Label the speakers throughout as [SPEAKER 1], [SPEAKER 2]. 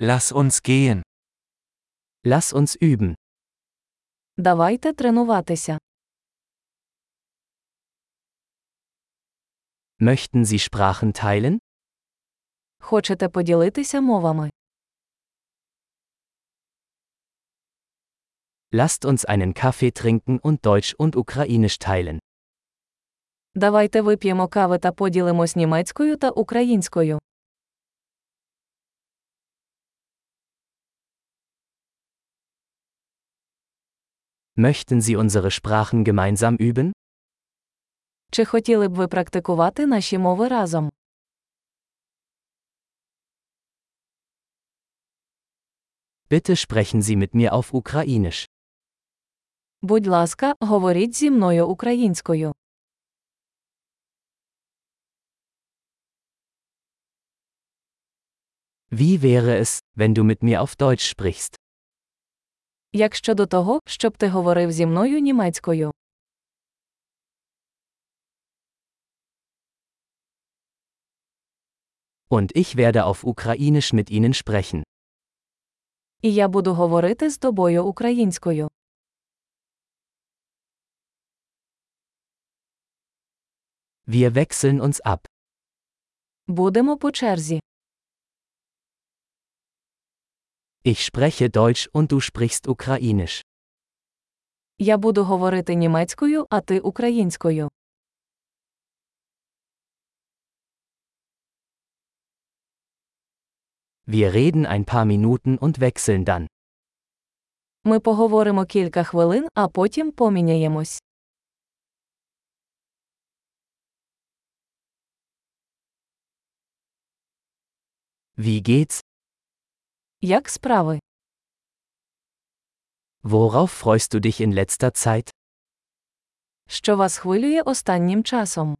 [SPEAKER 1] Lass uns gehen.
[SPEAKER 2] Lass uns üben.
[SPEAKER 3] Давайте тренуватися.
[SPEAKER 2] Möchten Sie Sprachen teilen?
[SPEAKER 3] Хочете поділитися мовами?
[SPEAKER 2] Lasst uns einen Kaffee trinken und Deutsch und Ukrainisch teilen.
[SPEAKER 3] Давайте вип'ємо кави та поділимось німецькою та українською.
[SPEAKER 2] Möchten Sie unsere Sprachen gemeinsam üben?
[SPEAKER 3] Чи хотіли б ви практикувати наші мови разом?
[SPEAKER 2] Bitte sprechen Sie mit mir auf Ukrainisch.
[SPEAKER 3] Будь ласка, говоріть зі мною українською.
[SPEAKER 2] Wie wäre es, wenn du mit mir auf Deutsch sprichst?
[SPEAKER 3] Як щодо того, щоб ти говорив зі мною німецькою?
[SPEAKER 2] Und ich werde auf Ukrainisch mit Ihnen sprechen.
[SPEAKER 3] І я буду говорити з тобою українською.
[SPEAKER 2] Wir wechseln uns ab.
[SPEAKER 3] Будемо по черзі.
[SPEAKER 2] Ich spreche Deutsch und du sprichst Ukrainisch.
[SPEAKER 3] Я буду говорити німецькою, а ти українською.
[SPEAKER 2] Wir reden ein paar Minuten und wechseln dann.
[SPEAKER 3] Ми поговоримо кілька хвилин, а потім поміняємось.
[SPEAKER 2] Wie geht's?
[SPEAKER 3] Як справи?
[SPEAKER 2] Worauf freust du dich in letzter Zeit?
[SPEAKER 3] Що вас хвилює останнім часом?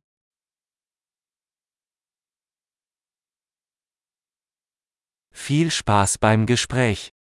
[SPEAKER 1] Viel Spaß beim Gespräch.